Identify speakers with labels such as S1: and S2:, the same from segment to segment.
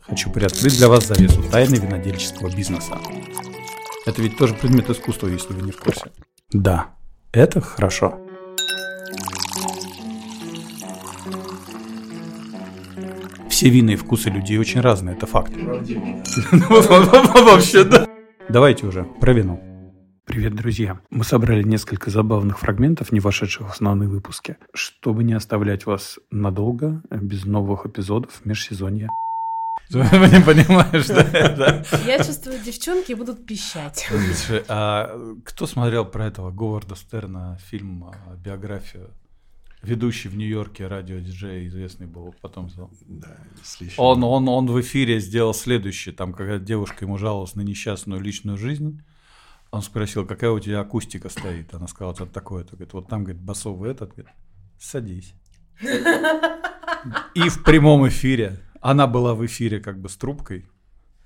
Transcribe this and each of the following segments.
S1: Хочу приоткрыть для вас завесу тайны винодельческого бизнеса. Это ведь тоже предмет искусства, если вы не в курсе. Да, это хорошо. Все вины и вкусы людей очень разные, это факт. Вообще, да. Давайте уже про вино. Привет, друзья! Мы собрали несколько забавных фрагментов, не вошедших в основные выпуски, чтобы не оставлять вас надолго э, без новых эпизодов в межсезонье. Ты не понимаешь, да?
S2: Я чувствую, девчонки будут пищать.
S1: Слушай, а кто смотрел про этого Говарда Стерна фильм а, «Биографию»? Ведущий в Нью-Йорке радиодиджей, известный был, потом стал.
S3: Да, слишком.
S1: Он, он, он в эфире сделал следующее, там, когда девушка ему жаловалась на несчастную личную жизнь, он спросил, какая у тебя акустика стоит? Она сказала, там такое-то. Говорит, вот там, говорит, басовый этот. Говорит, садись. И в прямом эфире. Она была в эфире как бы с трубкой.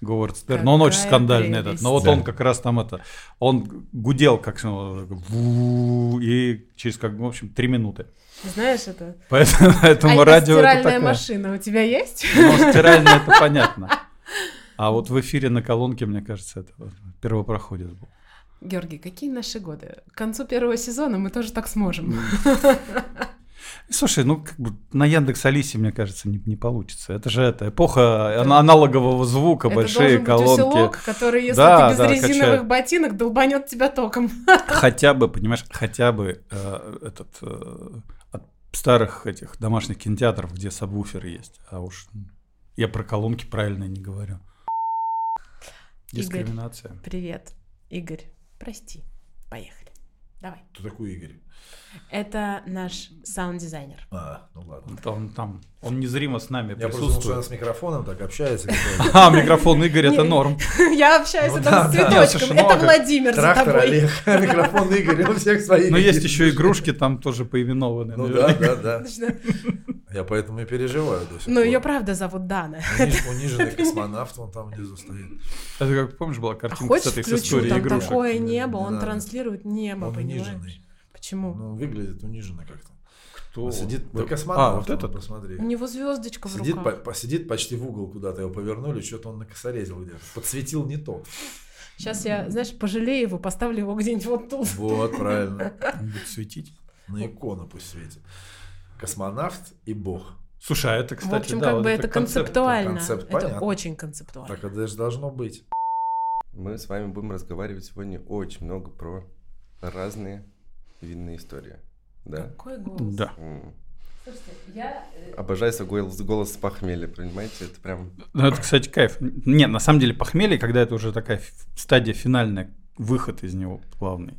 S1: Говард Стерн. Но он очень
S2: Какая
S1: скандальный
S2: прелесть.
S1: этот. Но вот
S3: Да.
S1: он как раз там это... Он гудел как... ну, ву- И через как... бы, В общем, три минуты.
S2: Знаешь это?
S1: Поэтому, поэтому
S2: а
S1: радио это
S2: стиральная
S1: такая.
S2: машина у тебя есть?
S1: Ну, стиральная это понятно. А вот в эфире на колонке, мне кажется, это вот первопроходец был.
S2: Георгий, какие наши годы? К концу первого сезона мы тоже так сможем.
S1: Слушай, ну как бы на Яндекс Алисе, мне кажется, не, не получится. Это же это эпоха ана- аналогового звука, большие
S2: Это должен
S1: колонки.
S2: быть усилок, который, если
S1: Да,
S2: ты без
S1: да,
S2: резиновых
S1: качает.
S2: ботинок, долбанет тебя током.
S1: Хотя бы, понимаешь, хотя бы э, этот э, от старых этих домашних кинотеатров, где сабвуфер есть. А уж я про колонки правильно не говорю.
S2: Игорь.
S1: Дискриминация.
S2: Привет, Игорь. Прости. Поехали. Давай.
S3: Кто такой Игорь?
S2: Это наш саунд-дизайнер.
S3: А, ну ладно.
S1: Вот Он там, он незримо с нами
S3: Я просто думал, что она
S1: присутствует.
S3: с микрофоном так общается. какая-то.
S1: А, микрофон Игорь, это
S2: Не.
S1: норм.
S2: Я общаюсь
S3: Ну
S2: там с
S3: да, да.
S1: Слушай,
S2: цветочком.
S1: ну а
S2: Это
S1: как
S2: Владимир за
S3: Трактор
S2: тобой.
S3: Олег, микрофон Игорь, у всех свои.
S1: Но есть
S3: какие-то
S1: еще
S3: души.
S1: игрушки там тоже поименованы.
S3: Ну да,
S1: наверняка.
S3: да, да.
S2: Точно.
S3: Я поэтому и переживаю до сих
S2: Ну,
S3: пор.
S2: ее правда зовут Дана.
S3: Униж- Униженный космонавт, он там внизу стоит.
S1: Это как помнишь была
S2: А
S1: картинка
S2: Хочешь,
S1: с этой с
S2: включу,
S1: историей
S2: там
S1: игрушек?
S2: такое небо,
S3: Не
S2: он
S3: надо.
S2: транслирует небо,
S3: Он
S2: понимаешь?
S3: униженный.
S2: Почему?
S3: Ну, выглядит униженно как-то.
S1: Кто?
S3: Сидит
S1: Да.
S3: да, космонавт,
S1: А, вот
S3: он,
S1: этот?
S3: посмотри.
S2: У него звездочка в
S3: Сидит,
S2: руках.
S3: по- по- сидит почти в угол куда-то, его повернули, что-то он накосорезил где-то. Подсветил не то.
S2: Сейчас я, знаешь, пожалею его, поставлю его где-нибудь вот тут.
S3: Вот, правильно.
S1: Будет светить.
S3: На икону пусть светит. Космонавт и бог.
S1: Слушай, а это, кстати,
S2: В общем,
S1: да,
S2: как
S1: вот
S2: бы это
S1: концепт.
S2: концептуально.
S3: концепт
S2: Это
S3: понятно.
S2: очень концептуально.
S3: Так это же должно быть.
S4: Мы с вами будем разговаривать сегодня очень много про разные винные истории. Да.
S2: Какой голос.
S1: Да.
S4: М.
S2: Слушайте, я... э,
S4: Обожаю свой голос, голос с похмелья, понимаете? Это прям...
S1: Ну, это, кстати, кайф. Не, на самом деле похмелье, когда это уже такая ф- стадия финальная, выход из него плавный.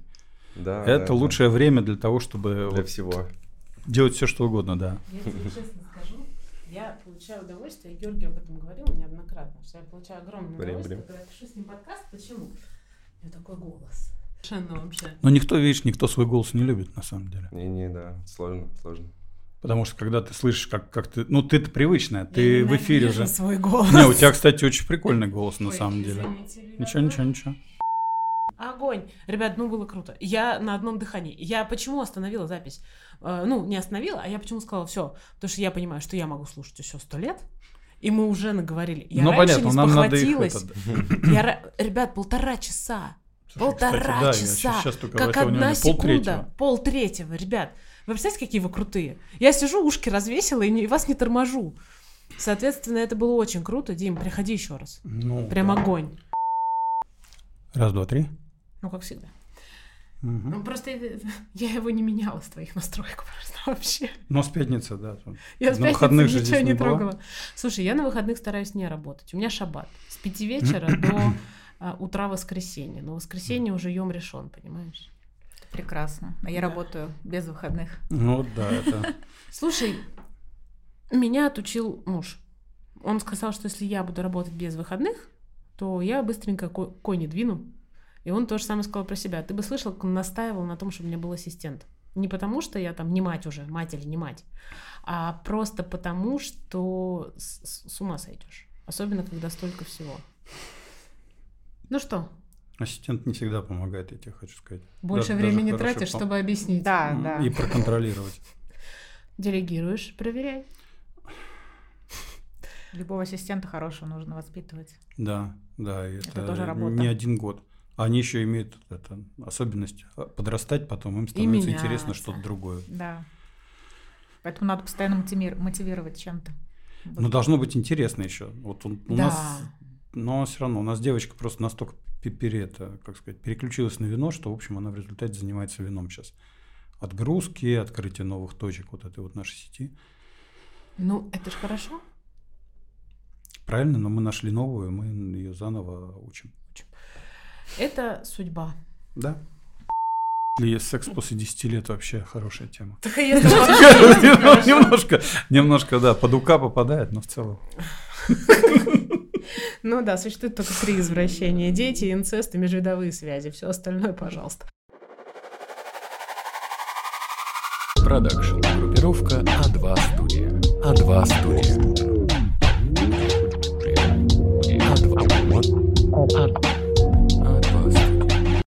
S4: Да, да,
S1: это
S4: да.
S1: лучшее время для того, чтобы
S4: для
S1: вот
S4: всего.
S1: делать все, что угодно, да.
S2: Я тебе честно скажу, я получаю удовольствие, я Георгий об этом говорил неоднократно, что я получаю огромное
S4: Время,
S2: удовольствие,
S4: время.
S2: когда я пишу с ним подкаст. Почему? У него такой голос. Совершенно вообще.
S1: Но никто, видишь, никто свой голос не любит, на самом деле.
S4: Не-не, да, сложно, сложно.
S1: Потому что когда ты слышишь, как, как ты... Ну, ты-то привычная, ты
S2: Я
S1: в эфире
S2: ненавижу
S1: уже.
S2: свой голос.
S1: Не, у тебя, кстати, очень прикольный голос, на
S2: Ой,
S1: самом деле.
S2: извините, ребята.
S1: Ничего, ничего, ничего.
S2: Огонь. Ребят, ну было круто. Я на одном дыхании. Я почему остановила запись? Э, ну, не остановила, а я почему сказала все. Потому что я понимаю, что я могу слушать еще сто лет. И мы уже наговорили. Я
S1: ну,
S2: раньше
S1: понятно,
S2: не
S1: нам надо их...
S2: спохватилась.
S1: это-
S2: Я ра- Ребят, полтора часа.
S1: Слушай, кстати,
S2: полтора
S1: да, я
S2: часа.
S1: щас- щас только
S2: как
S1: обратил
S2: одна
S1: внимание,
S2: секунда.
S1: полтретьего.
S2: Полтретьего, ребят. Вы представляете, какие вы крутые? Я сижу, ушки развесила и, не- и вас не торможу. Соответственно, это было очень круто. Дим, приходи еще раз.
S1: Ну,
S2: Прям
S1: да.
S2: огонь.
S1: Раз, два, три.
S2: Ну, как всегда.
S1: Мгм.
S2: Ну, просто это- я его не меняла с твоих настроек просто вообще.
S1: Но Ну, с пятницы, да. тут.
S2: Я с
S1: На
S2: пятницы
S1: выходных же
S2: ничего
S1: здесь
S2: не
S1: не было.
S2: трогала. Слушай, я на выходных стараюсь не работать. У меня шаббат. С пяти вечера до а, утра воскресенья. Но воскресенье уже ем решен, понимаешь?
S5: Прекрасно. А я
S2: Да.
S5: работаю без выходных.
S1: Ну, да, это...
S2: Слушай, меня отучил муж. Он сказал, что если я буду работать без выходных, то я быстренько ко- кони двину. И он то же самое сказал про себя. Ты бы слышал, как он настаивал на том, чтобы у меня был ассистент. Не потому, что я там не мать уже, мать или не мать, а просто потому, что с, с- с ума сойдешь. Особенно, когда столько всего. Ну что,
S1: Ассистент не всегда помогает, я тебе хочу сказать.
S2: больше
S1: Да- даже
S2: времени
S1: хорошо
S2: тратишь,
S1: пом-
S2: чтобы объяснить.
S5: Да,
S1: М,
S5: да.
S1: И проконтролировать.
S2: Делегируешь, проверяй.
S5: Любого ассистента хорошего нужно воспитывать.
S1: Да, да, и это,
S5: Это тоже работа.
S1: не один год. Они еще имеют это, особенность а, подрастать потом, им становится интересно
S2: меняться.
S1: что-то другое.
S5: Да. Поэтому надо постоянно мотивир- мотивировать чем-то.
S1: Но должно быть интересно еще. Вот у, у
S5: да.
S1: нас, но все равно у нас девочка просто настолько пе- пере, это, как сказать, переключилась на вино, что в общем она в результате занимается вином сейчас. Отгрузки, открытие новых точек вот этой вот нашей сети.
S2: Ну, это же хорошо.
S1: Правильно, но мы нашли новую, мы ее заново учим.
S2: Это судьба.
S1: Да. Ли секс после 10 лет вообще хорошая тема. Немножко, немножко, да, под ука попадает, но в целом.
S2: Ну да, существует только три извращения. Дети, инцест и межвидовые связи. Все остальное, пожалуйста.
S6: Продакшн. Группировка А2 Студия. А2 Студия. А2. А2.